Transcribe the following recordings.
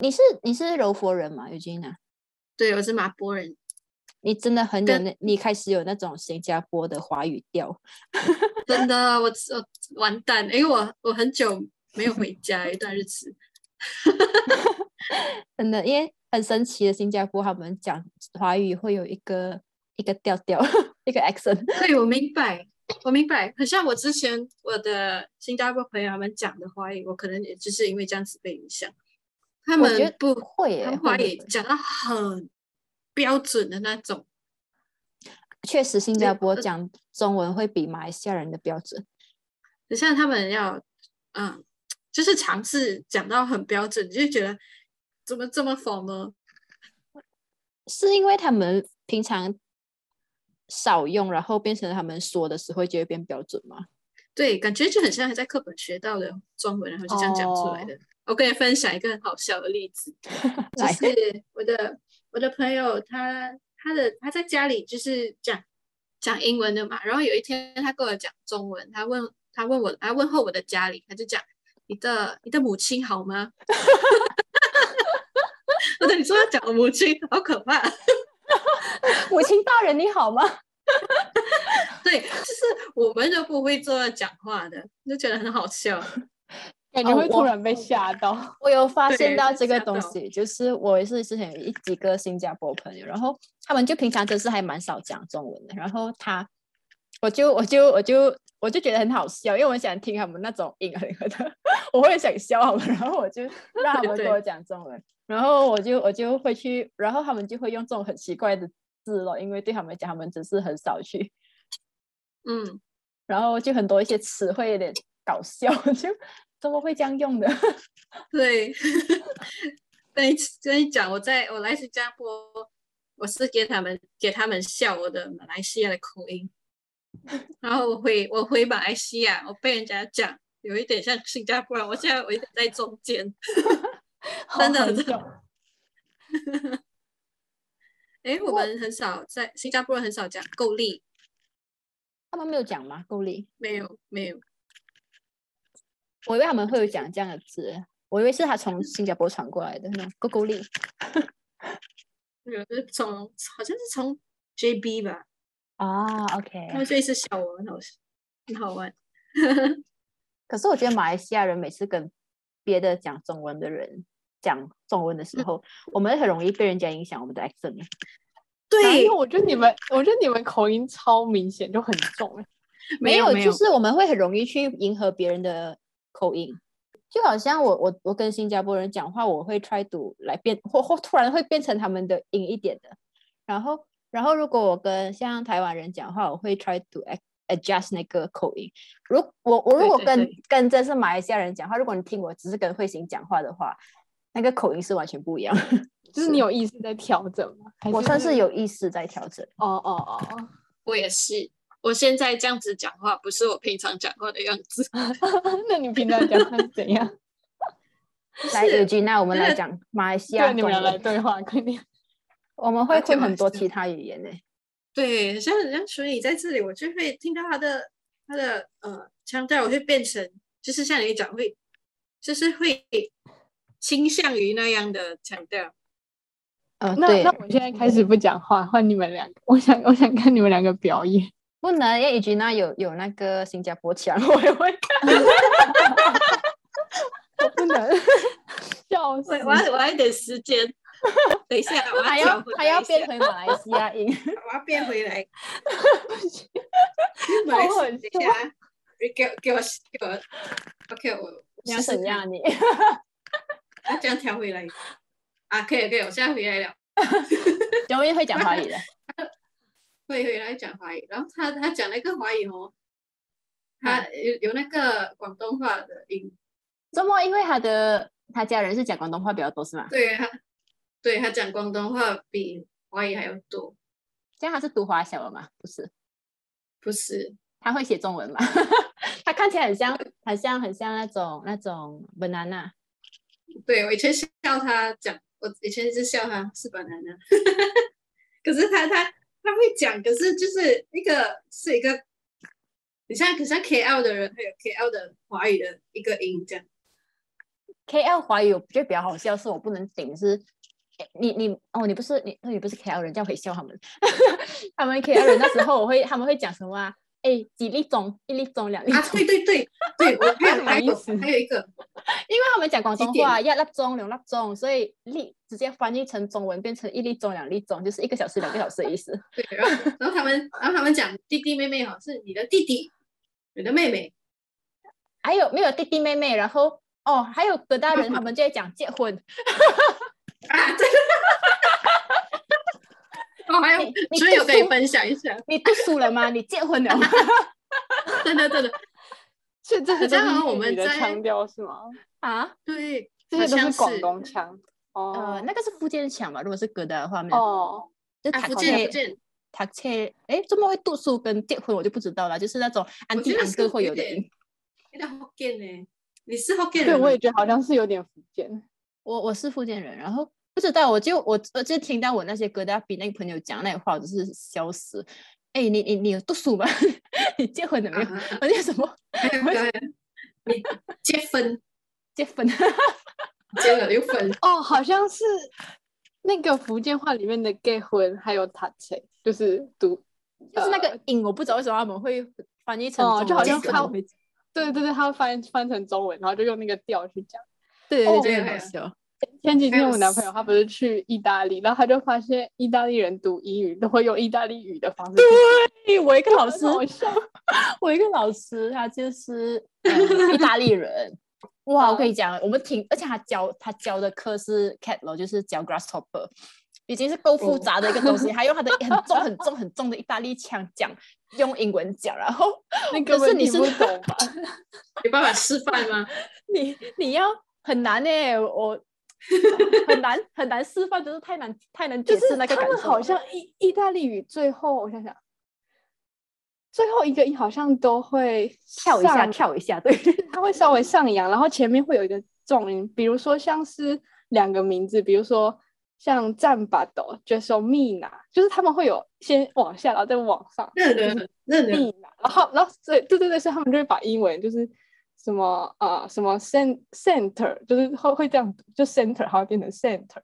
你是你是柔佛人吗，Eugenia？对，我是马波人，你真的很有跟那，你开始有那种新加坡的华语调。真的，我我完蛋，因为我我很久没有回家一段日子，真的，因为很神奇的，新加坡他们讲华语会有一个一个调调， 一个 accent。对我明白，我明白，很像我之前我的新加坡朋友他们讲的华语，我可能也就是因为这样子被影响，他我觉们得不，会耶他们会华不语会讲到很标准的那种，确实，新加对坡呃讲中文会比马来西亚人的标准。很像他们要，嗯，就是尝试讲到很标准，你就觉得怎么这么 formal，是因为他们平常少用，然后变成他们说的时候就会变标准吗？ 对，感觉就很像在课本学到的中文，然后就这样讲出来哦的。我跟你分享一个很好笑的例子，就来是我的我的朋友他他的他在家里就是讲讲英文的嘛，然后有一天他跟我讲中文，他问他问我他问候我的家里，他就讲你的你的母亲好吗？ 我的你说要讲我母亲，好可怕。 母亲大人你好吗？对，就是我们都不会这样讲话的，就觉得很好笑。感觉哦会突我然被吓到。我有发现对到被这个吓东到西，就是我也是之前有一几个新加坡朋友，然后他们就平常就是还蛮少讲中文的，然后他，我就我就我就我就觉得很好笑，因为我很想听他们那种硬核的， 我会想笑他们，然后我就让他们对跟我讲中文，然后我就我就会去，然后他们就会用这种很奇怪的字咯，因为对他们来讲，他们只是很少去，嗯，然后就很多一些词汇有点搞笑， 就怎么会这样用的？对。 跟你跟你讲，我在我来新加坡，我是给他们给他们笑我的马来西亚的口音，然后我回我回马来西亚，我被人家讲有一点像新加坡人，我现在我有点在中间。真的好好真的笑诶，我过们很少在新加坡人很少讲够力，他们没有讲吗？够力。没有没有，我以为他们会有讲这样的字，我以为是他从新加坡传过来的那种勾勾力。有是从好像是从 JB 吧，啊，OK。他们就一直笑我，很好笑很好玩。可是我觉得马来西亚人每次跟别的讲中文的人讲中文的嗯时候，我们很容易被人家影响我们的 accent。哪对有，我觉得你们，我觉得你们口音超明显，就很重。没有有，没就有是我们会很容易去迎合别人的口音。就好像我我我跟新加坡人讲话，我会 try to 来变，或或突然会变成他们的音一点的。然后然后如果我跟像台湾人讲话，我会 try to ad- adjust 那个口音。如我我如对果对跟对跟真是马来西亚人讲话，如果你听我只是跟慧行讲话的话，那个口音是完全不一样。就是你有意识在调整吗？还我算就是有意识在调整。哦哦哦，我也是，我现在这样子讲话，不是我平常讲话的样子。 哦 那你平常讲话是 怎样？来，是有吉娜，我们来那讲马来西亚对，中你们俩来文，对话，快点。我们会而且混我很还多是其他语言呢、对，像像所以在这里，我就会听到他的他的呃腔调，我会变成就是像你讲会，就是会倾向于那样的腔调。嗯、那对那，我现在开始不讲话，换你们两个。我想我想看你们两个表演。不能，因为 g 娜有有那个新加坡腔， 我也会。我不能 笑死我！我要我要一点时间， 等一下我还 调要回还来要一变下回马来西亚音。我要变回 来。我来好好等一下啊，你给我给我给我，OK，我你要怎？样你？ 我试试看要这样调回来啊，可以可以，我现在回来了。永远会讲华语的。会回来讲华语，然后他他讲那个华语哦，他嗯有有那个广东话的音，周末因为他的他家人是讲广东话比较多是吗？对他，对他讲广东话比华语还要多，这样他是读华小的吗？不是，不是？他会写中文吗？ 他看起来很像很像很像那种那种 banana。对我以前笑他讲，我以前是笑他是本来的， 可是他他他会讲，可是就是一个是一个，你像可像 KL 的人，还有 KL 的华语的一个音这样， KL 华语我觉得比较好笑，是我不能顶是。你你哦，你不是你你不是 KL 人，这样可以笑他们。 他们 KL 人那时候我会他们会讲什么啊？哎，几粒钟，一粒钟，两粒啊，对对对对，我 还有不好还意有思还有一个因为他们讲广东几话，一粒钟、两粒钟，所以粒直接翻译成中文变成一粒钟、两粒钟，就是一个小 时、两个小时的意思。对，然后然后他们然后他们讲弟弟妹妹哈，是你的弟弟，你的妹妹，还有没有弟弟妹妹？然后哦，还有各大人他们就在讲结婚，啊，对。 我还有你你，所以我读可以书分享一下，你读书了吗？你结婚了吗？ 真的真的，所以这些好像 都是我粤们语的在腔调是吗？啊，对，这些好都像是广是东腔。呃哦，那个是福建腔吧？如果是各大的话，呃没有哦，就啊，读福册建福建，读册，哎，怎么会读书跟结婚我就不知道了，就是那种安觉弟得安是哥会有有的点音。你的福建呢？你是福建对，人吗，我也觉得好像是有点福建。我我是福建人，然后不知道，我就我我就听到我那些疙瘩比那个朋友讲那些话，我就是笑死。哎，你你你有读书吗？ 你结婚了没有？啊啊啊我那什么还有还有你结婚结婚？结了又分，哦，好像是那个福建话里面的结婚，还有塔切，就是读，就是那呃个音，我不知道为什么他们会翻译成哦中就好文像结婚靠会对对对，他翻翻成中文，然后就用那个调去讲。对哦对对，就很对好啊笑。前几还天有我男朋友他不是去意大利，然后他就发现意大利人读英语都会用意大利语的方式去哎我一个老讲，师，很好笑。我一个老师，他就是、嗯意大利人。 哇，我嗯跟你讲，我们挺，而且他教他教的课是 cat 咯，就是教 grasshopper，已经是够复哦杂的一个东 西，还用他的很重很重很重的意大利腔讲，用英文讲，然后 那可根是本你听是不懂 吧？有办法示范吗？你你要很难呢、我很难很难示范，就是太难太难解释那个他感们受好了像意意大利语最后我想想，最后一个音好像都会跳一下上跳一下， 对，它会稍微上扬，然后前面会有一个重音，比如说像是两个名字，比如说像战巴斗、Jesomina，就是他们会有先往下，然后再往上认得认得， ，mina，然后然后所以对对对，所以他们就会把英文就是什么呃什么 cen center，就是会会这样读，就 center，然后变成 center，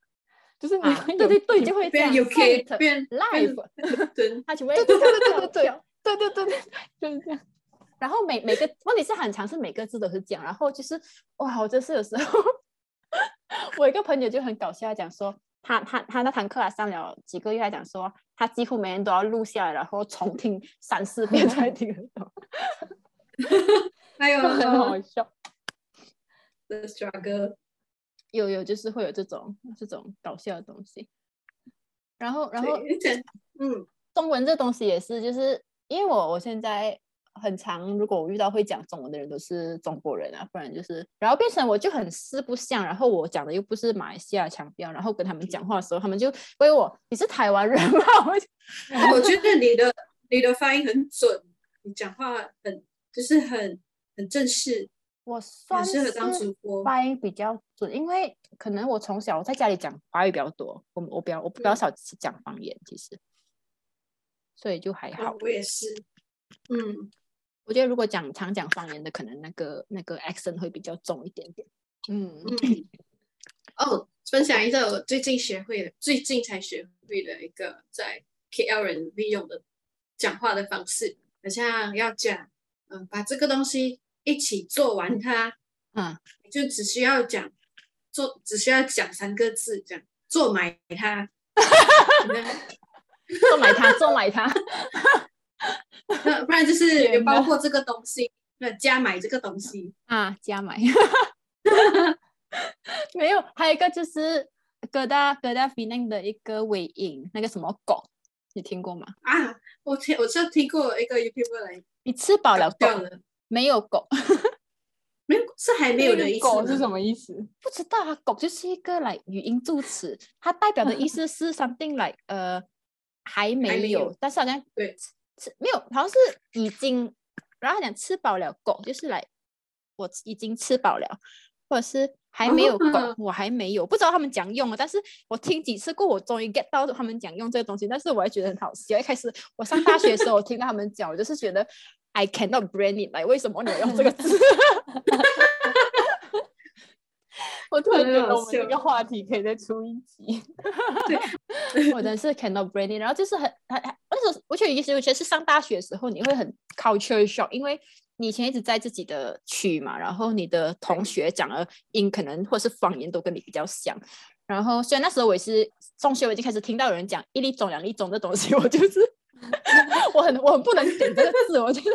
就是你啊会对有对对，就会这变样 UK set 变 live， 真他全部对对对对对对对对对对，就是这样。然后每每个问题是很长，是每个字都是这样。然后就是哇，我真是有时候， 我一个朋友就很搞笑，他讲说他他他那堂课啊上了几个月，他讲说他几乎每天都要录下来，然后重听三四 遍才 听得懂。还有嗯就很好笑。 The Struggle，有有就是会有这种这种搞笑的东西。然后然后对嗯，中文这东西也是，就是因为我我现在很常，如果我遇到会讲中文的人都是中国人啊，不然就是，然后变成我就很四不像，然后我讲的又不是马来西亚腔调，然后跟他们讲话的时候，他们就问我你是台湾人吗？ 我就我觉得你的你的发音很准，你讲话很就是很很正式，我算很是适合当主播。发音比较准，因为可能我从小我在家里讲华语比较多，我我比较我比较嗯少讲方言，其实，所以就还好。哦我也是，嗯，我觉得如果讲常讲方言的，可能那个那个 accent 会比较重一点点。嗯嗯，哦，分享一个我最近学会的，最近才学会的一个在 KL 人利用的讲话的方式，好像要讲，嗯，把这个东西一起做完它，嗯，你就只需要讲做，只需要讲三个字，讲做买它。做买它，做买 它。那不然就是天有包哪括这个东西，那加买这个东西，啊，加 买。没有，还有一个就是哥大哥大 f i n 的一个尾音，那个什么狗，你听过吗？啊，我听我就听过一个 YouTuber 来你吃饱了掉狗？了，没有狗，没有是还没有的意思狗是吗什么意思？不知道啊，狗就是一个来语音助词，它代表的意思 是 something like 呃还没有，没有但是好像对吃吃没有，好像是已经，然后它讲吃饱了狗，就是来我已经吃饱了，或者是还没有狗，啊我还没有，不知道他们讲用了，但是我听几次过，我终于 get 到他们讲用这个东西，但是我还觉得很好笑。一开始我上大学的时候，我听到他们讲，我就是觉得 I cannot brand it，来为什么你们用这个字？我突然觉很得好我们这笑个话题可以再出一集。 我的是 cannot b r a i n i 然后就是很很很，而且而且尤其是我觉得是上大学的时候，你会很 culture shock，因为你以前一直在自己的区嘛，然后你的同学讲的音可能或是方言都跟你比较像。然后虽然那时候我也是中学，我已经开始听到有人讲一粒种、两粒种这东西，我就是 我很我很不能点这个字，我觉得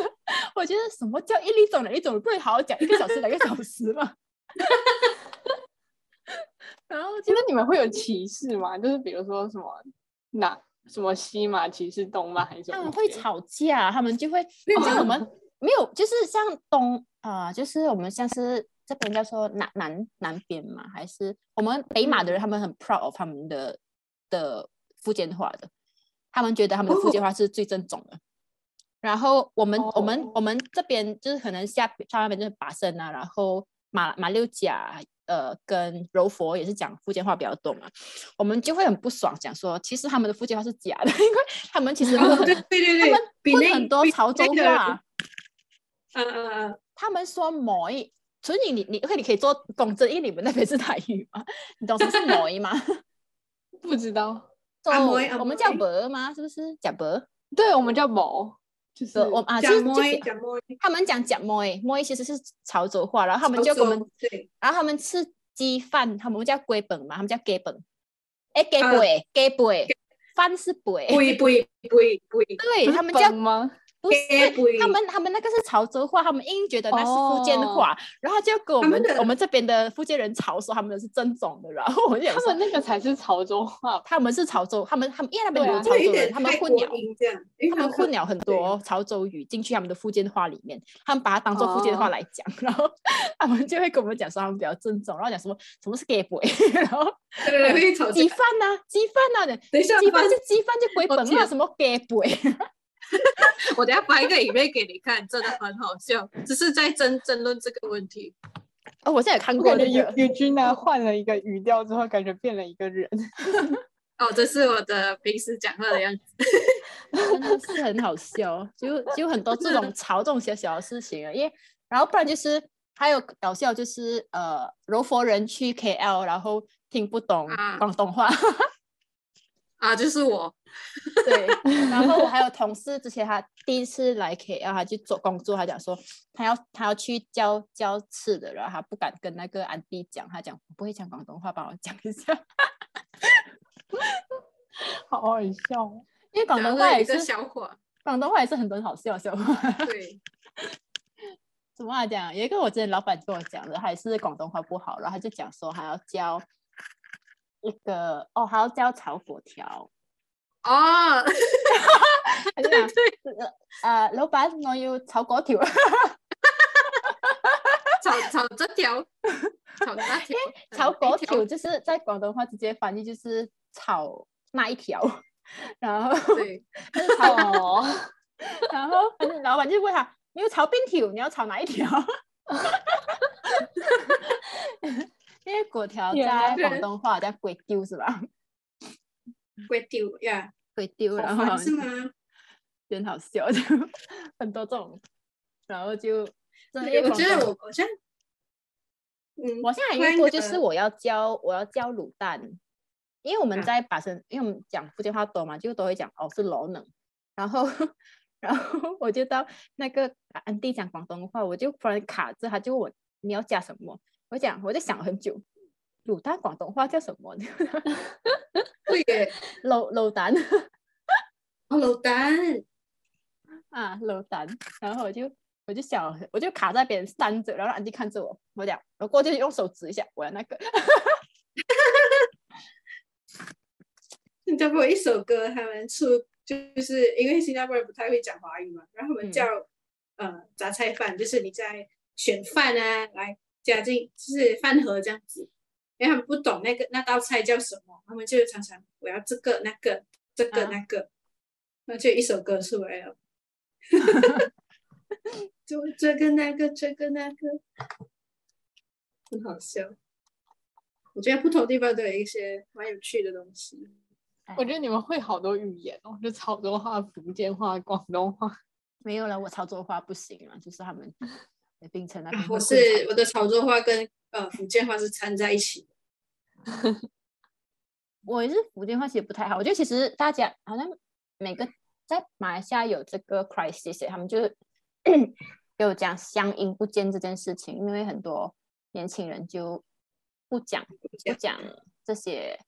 我觉得什么叫一粒种、两粒种，不能好好讲一个小时、两个小时嘛。 然后那你们会有歧视吗？就是比如说什么哪什么西马歧视东马还是什么？他们会，吵架，他们就会为好像什我们没有，就是像东啊、就是我们像是这边叫做南南南边嘛，还是我们北马的人，他们很 proud of 他们的的福建话的，他们觉得他们的福建话是最正宗的。然后我们、我们我们这边就是可能下下面就是巴生啊，然后马马六甲呃跟柔佛也是讲福建话比较多嘛，我们就会很不爽，讲说其实他们的福建话是假的，因为他们其 实然混后哦对很对对对们，比混那很多比潮州那个话，嗯嗯嗯，他们说某一。所以你你会你可以做公证，因为你们那边是台语嘛，你懂什么是某一 吗？不知道。就啊某一啊我们某叫一伯吗？是不是假伯？对，我们叫某，就是我啊，就讲是摸就是讲摸，他们讲假摸诶，摸其实是潮州话，然后他们就跟我们哦对，然后他们吃鸡饭，他们叫龟本嘛，他们叫鸡本，哎，鸡嗯本，鸡本，饭是本，不一不一不一不一，对不是他们叫本吗？不是鸡本他们他们那个是潮州话，他们硬觉得那是福建哦话，然后就跟我他们们的我们这边的福建人吵说他们是正宗的，然后我就想他说们那个才是潮州话，他们是潮州，他们他们因为那边对有啊潮就有州点人，他们泰混国鸟。音这样，因为他们可混了很对多潮州语进去他们的福建话里面，他们把它当做福建话哦来讲，然后他们就会跟我们讲说他们比较正宗，然后讲什么什么是 gay boy，然后对对对，会吵架鸡。饭呐、鸡饭呐、等一下鸡饭发就鸡饭就鬼我本啊，天什么给鬼？我等一下发一个影片给你看，真的很好笑，只是在争争论这个问题。哦， 我现在有看我过感觉那尤个，尤君娜换了一个语调之后，感觉变了一个人。 哦，这是我的平时讲话的样子。真的是很好笑，就就很 多这种吵这种小小的事情啊，因为然后不然就是还有搞笑就是呃柔佛人去 KL 然后听不懂啊广东话，啊，就是我，对， 然后我还有同事之前他第一次来 KL 他去做工作，他讲说他要他要去教教吃的，然后他不敢跟那个安迪讲，他讲我不会讲广东话，帮我讲一下，好好笑 哦！因为广东讲话了也一个是 笑话。广东话也是很多好笑的笑话。对，怎么来讲？有一个我之前老板跟我讲的，还是广东话不好，然后他就讲说还要教一个哦，还要教炒粿条。哦，他就 讲呃呃，老板我要炒粿条，吵吵这条，吵那条，炒粿条条。就是在广东话直接翻译就是炒那一条，然后 对，哦，然后老板就问他，你要炒边条，你要炒哪一条？ 因为粿条原来在是广东话叫粿丢是吧？会丢呀，粿丢，然好后烦是吗？真好笑，就 很多这种，然后就真的因为对我广觉得东我好像，嗯，我现在还遇关过，于就是呃我要教我要教卤蛋，因为我们啊在把生，因为我们讲福建话多嘛，就都会讲哦是老冷，然后然后 我就到那个安迪讲广东话，我就突然卡住，他就问我你要加什么，我讲我在想了很久，卤蛋广东话叫什么？ 会耶，卤卤蛋。哦，老丹，啊，楼单，然后我就我就想，我就卡在别人站着，然后安迪看着我，我讲，我过去用手指一下我的那个， 新加坡有一首歌，他们出就是因为新加坡人不太会讲华语嘛，然后他嗯们叫、呃杂菜饭，就是你在选饭啊，来加进就是饭盒这样子，因为他们不懂那个那道菜叫什么，他们就常常我要这个那个这个啊那个，那、就有一首歌出来 了，就这个那个这个那个，很好笑。我觉得不同地方都有一些蛮有趣的东西。我觉得你们会好多语言哦，就潮州话、福建话、广东话。没有了，我潮州话不行啊，就是他们槟城那啊边，会我混是我的潮州话跟呃福建话是掺在一起的。我是福建话其实不太好，我觉得其实大家好像每个在马来西亚有这个 crisis，他们欸就是 有讲乡音不见这件事情，因为很多年轻人就不讲不讲讲这些，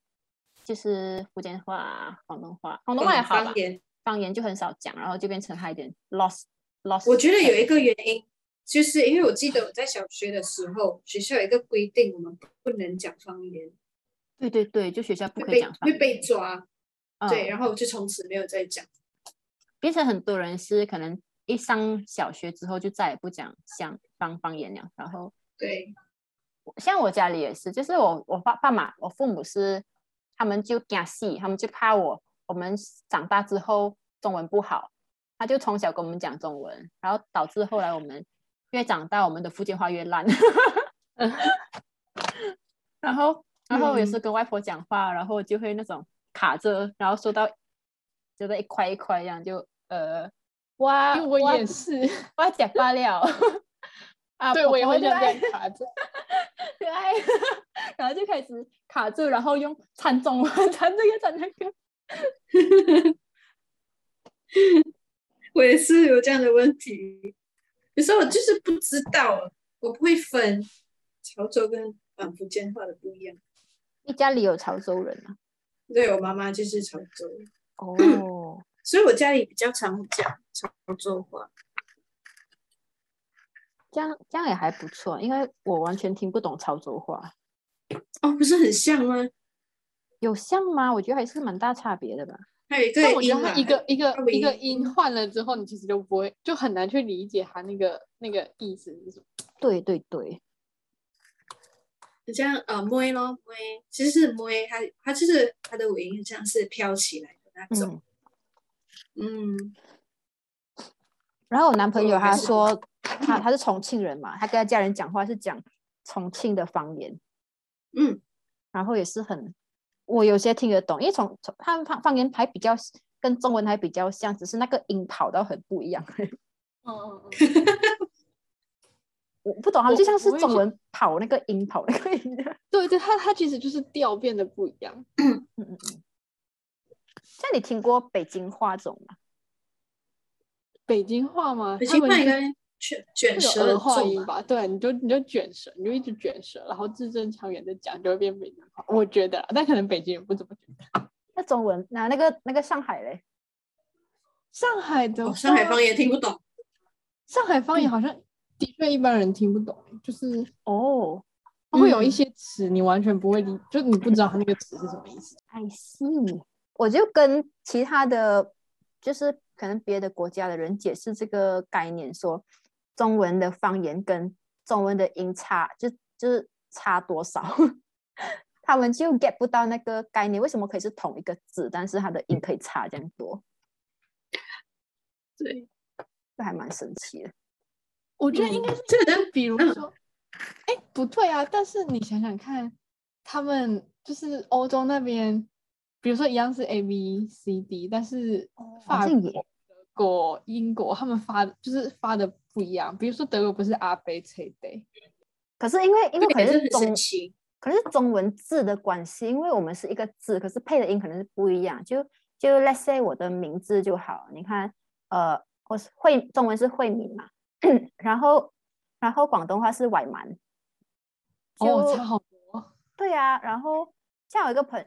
就是福建话啊、广东话，广东话也好吧方，言方言就很少讲，然后就变成他有点 lost lost。我觉得有一个原因，就是因为我记得我在小学的时候，学校有一个规定，我们不能讲方言，对对对，就学校不会可以被讲方会言，被抓。嗯对，然后我就从此没有再讲。变成很多人是可能一上小学之后就再也不讲乡方方言了，然后对，像我家里也是，就是我我爸爸妈我父母是他们就惊戏，他们就怕我我们长大之后中文不好，他就从小跟我们讲中文，然后导致后来我们越长大，我们的福建话越烂。嗯 然后然后我也是跟外婆讲话，然后就会那种卡着，然后说到就在一块一块一样，就呃哇，因为我也我是，我讲罢 了。 啊对我也婆婆会就这样爱被卡着。对， 然后就开始卡住，然后用缠中文缠这个缠那个。我也是有这样的问题，有时候我就是不知道，我不会分潮州跟啊福建话的不一样。你家里有潮州人 啊？对我妈妈就是潮州人，哦，所以我家里比较常讲潮州话。这样这样也还不错，因为我完全听不懂潮州话，哦，不是很像吗？有像吗？我觉得还是蛮大差别的吧。还有一个但我觉音得啊它一个一个它唯一个一音换了之后，你其实就不会，就很难去理解它那个那个意思是什么。对对对，你这样呃摸咯摸，其实是摸，它它就是它的尾音这样是飘起来的那种。嗯。嗯，然后我男朋友我还他是说他他是重庆人嘛，他跟他家人讲话是讲重庆的方言，嗯，然后也是很我有些听得懂，因为从从他们方方言还比较跟中文还比较像，只是那个音跑到很不一样。嗯嗯嗯。 我不懂，他们我就像是我也中是文跑那个音跑那个音的。 对对，它它其实就是调变得不一样。嗯嗯嗯。像你听过北京话这种吗？北京话吗？北他京们话应就该卷卷会有舌儿的化重音吧？吧？对，你就你就卷舌，你就一直卷舌，然后字正腔圆的讲，就会变北京话。我觉得啦，但可能北京人不怎么觉得。那中文那那个那个上海嘞？上海的哦话，上海方言听嗯不懂，上海方言好像的确一般人听不懂，欸就是哦它会有一嗯些词你完全不会理，就你不知道它那个词是什么意思。 ，I see。我就跟其他的，就是可能别的国家的人解释这个概念说，中文的方言跟中文的音差，就就是差多少， 他们就 get 不到那个概念。为什么可以是同一个字，但是它的音可以差这样多？对，这还蛮神奇的。我觉得应该是，这个人就比如嗯说，哎、不对啊！但是你想想看，他们就是欧洲那边，比如说一样是 A B C D，但是哦好法像也国、德国、英国他们发的就是发的不一样。比如说德国不是阿贝切贝，可是因为因为可也能是是很中神奇。可能是中文字的关系，因为我们是一个字，可是配的音可能是不一样。就就 let's say 我的名字就好，你看，呃，我是慧中文是慧敏嘛， 然后然后广东话是歪蛮，哦，就差好多。对啊，然后像有一个朋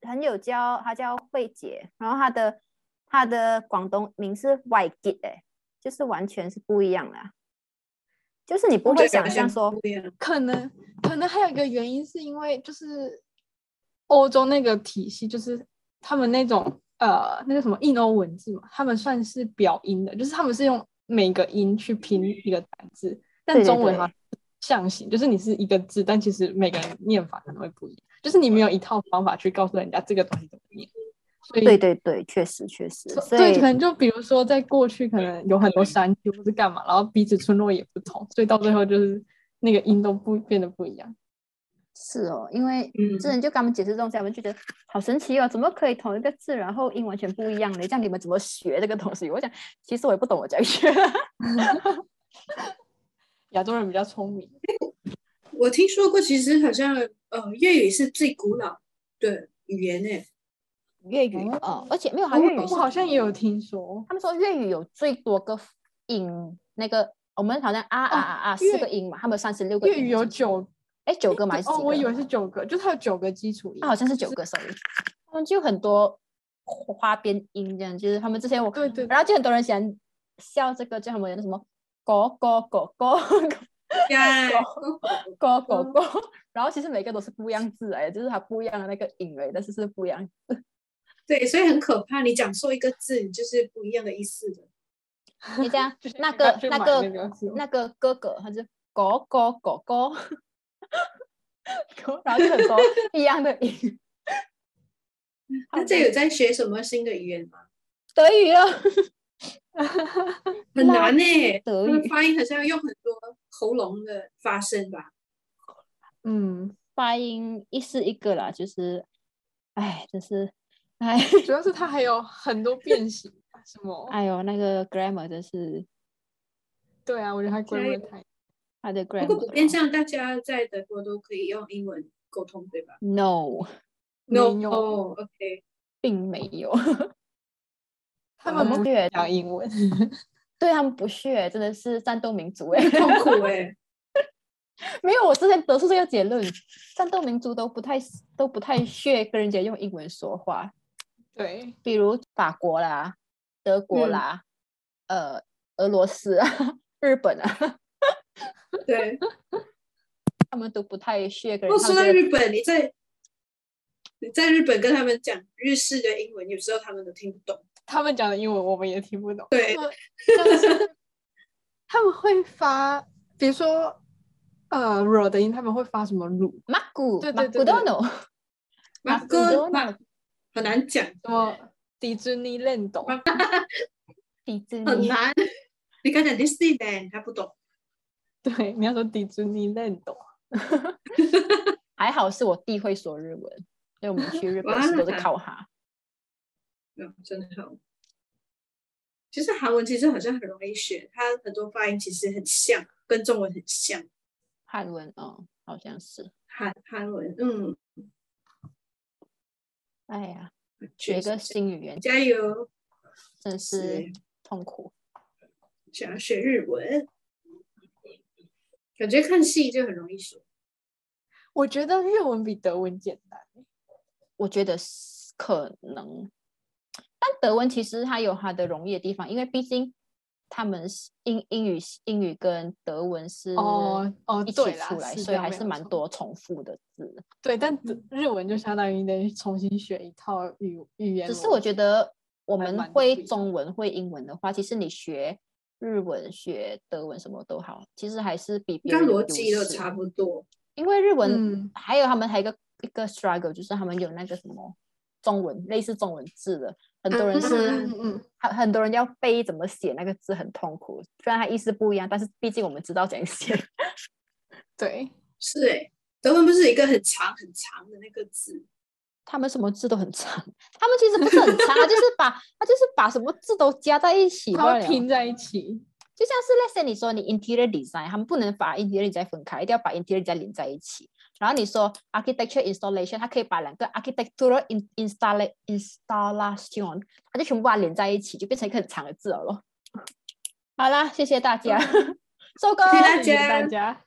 朋友叫她叫慧姐，然后她的她的广东名是外吉哎，就是完全是不一样的啊、就是你不对会想完全象说，不一样可能可能还有一个原因是因为就是欧洲那个体系，就是他们那种呃那个什么印欧文字嘛，他们算是表音的，就是他们是用每个音去拼一个单字，但对对中文对它象形，就是你是一个字，但其实每个人念法可能会不一样，就是你没有一套方法去告诉人家这个东西怎么念，所以对对对，确实确实，所所对，以可能就比如说，在过去可能有很多山区或是干嘛，然后彼此村落也不同，所以到最后就是那个音都不变得不一样。是哦，因为嗯之前就跟他们解释这种东西，他们觉得好神奇哦，怎么可以同一个字，然后音完全不一样呢？这样你们怎么学这个东西？我想，其实我也不懂 我怎样学。亚洲人比较聪明，我听说过，其实好像呃，粤语是最古老的语言呢。粤语啊、呃而且没有，它哦我粤语我是好像也有听说，他们说粤语有最多个音，那个我们好像啊啊啊啊四哦粤个音嘛，他们三十六个音粤语有是不是，九哎九个嘛还是几哦，我个以为是九个，就是它有九个基础音。啊好像是九个，sorry，他们就很多花边音这样，就是他们之前我，对对，然后就很多人喜欢笑这个，叫他们的什么狗狗狗狗呀，狗狗狗，然后其实每个都是不一样字来的，就是它不一样的那个音而已，但是是不一样。对，所以很可怕。你讲错一个字，你就是不一样的意思的。你这样就是那应该个去那买个那个是吗那个哥哥，他就狗狗狗狗，然后就很多一样的音，嗯 那这有在学什么新的语言吗？德语了，很难呢、德他语们发音好像要用很多喉咙的发声吧。 嗯， 发音一是一个啦，就是，哎，就是，哎主要是它还有很多变形， 什么？哎呦，那个 grammar 真是对啊，我觉得它归加为油太他的不 grammar 过普遍咯上，大家在德国都可以用英文沟通，对吧 no，没哦有， ，OK，并没有，他我们们不学讲英文， 对他们不屑，真的是战斗民族哎、痛苦哎、 没有，我之前得出这个结论，战斗民族都不太都不太屑跟人家用英文说话，对，比如法国啦、德国嗯啦、呃、俄罗斯啊、日本啊， 对，他们都不太屑跟不过人他说到们觉得哦日本，你在你在日本跟他们讲日式的英文，有时候他们都听不懂。他们讲的英文我们也听不懂。对， 但是他们会发，比如说呃，r 的音，他们会发什么鲁，马古对马对古对多对诺，马 Macedonia 哥马很难讲，什么迪士尼 land 懂，迪士很尼，难。你刚讲 Disneyland，他不懂。 对，你要说迪士尼 land 懂，还好是我弟会说日文，所以我们去日本是都是哇靠他。嗯，真的好。其实韩文其实好像很容易学，它很多发音其实很像，跟中文很像。汉文哦，好像是。韩韩文，嗯，哎呀，学确一个实新语言加油！真是是痛苦。想要学日文，感觉看戏就很容易学。我觉得日文比德文简单，我觉得是可能，但德文其实它有它的容易的地方，因为毕竟他们是英英语英语跟德文是哦哦一起对啦出来，是所以这样还没是有蛮错多重复的字。对，但德日文就相当于得重新学一套语语言逻辑。嗯只是我觉得我还们蛮会不一样中文、会英文的话，其实你学日文、学德文什么都好，其实还是比别刚人有逻优辑都势差不多，因为日文、嗯，还有他们还有一个一个 struggle，就是他们有那个什么中文类似中文字的，很多人嗯是嗯嗯，很很多人要背怎么写那个字很痛苦，虽然它意思不一样，但是毕竟我们知道怎样写。 对，是哎、德文不是一个很长很长的那个字，他们什么字都很长，他们其实不是很长，他就是把他就是把什么字都加在一起它罢了会拼在一起，就像是那些你说你 interior design，他们不能把 interior design 分开，一定要把 interior design 连在一起。然后你说 architecture installation，它可以把两个 architectural in installa installation，它就全部把它连在一起，就变成一个很 长的字了咯。好啦，谢谢大家，收工。谢谢大谢谢家大家。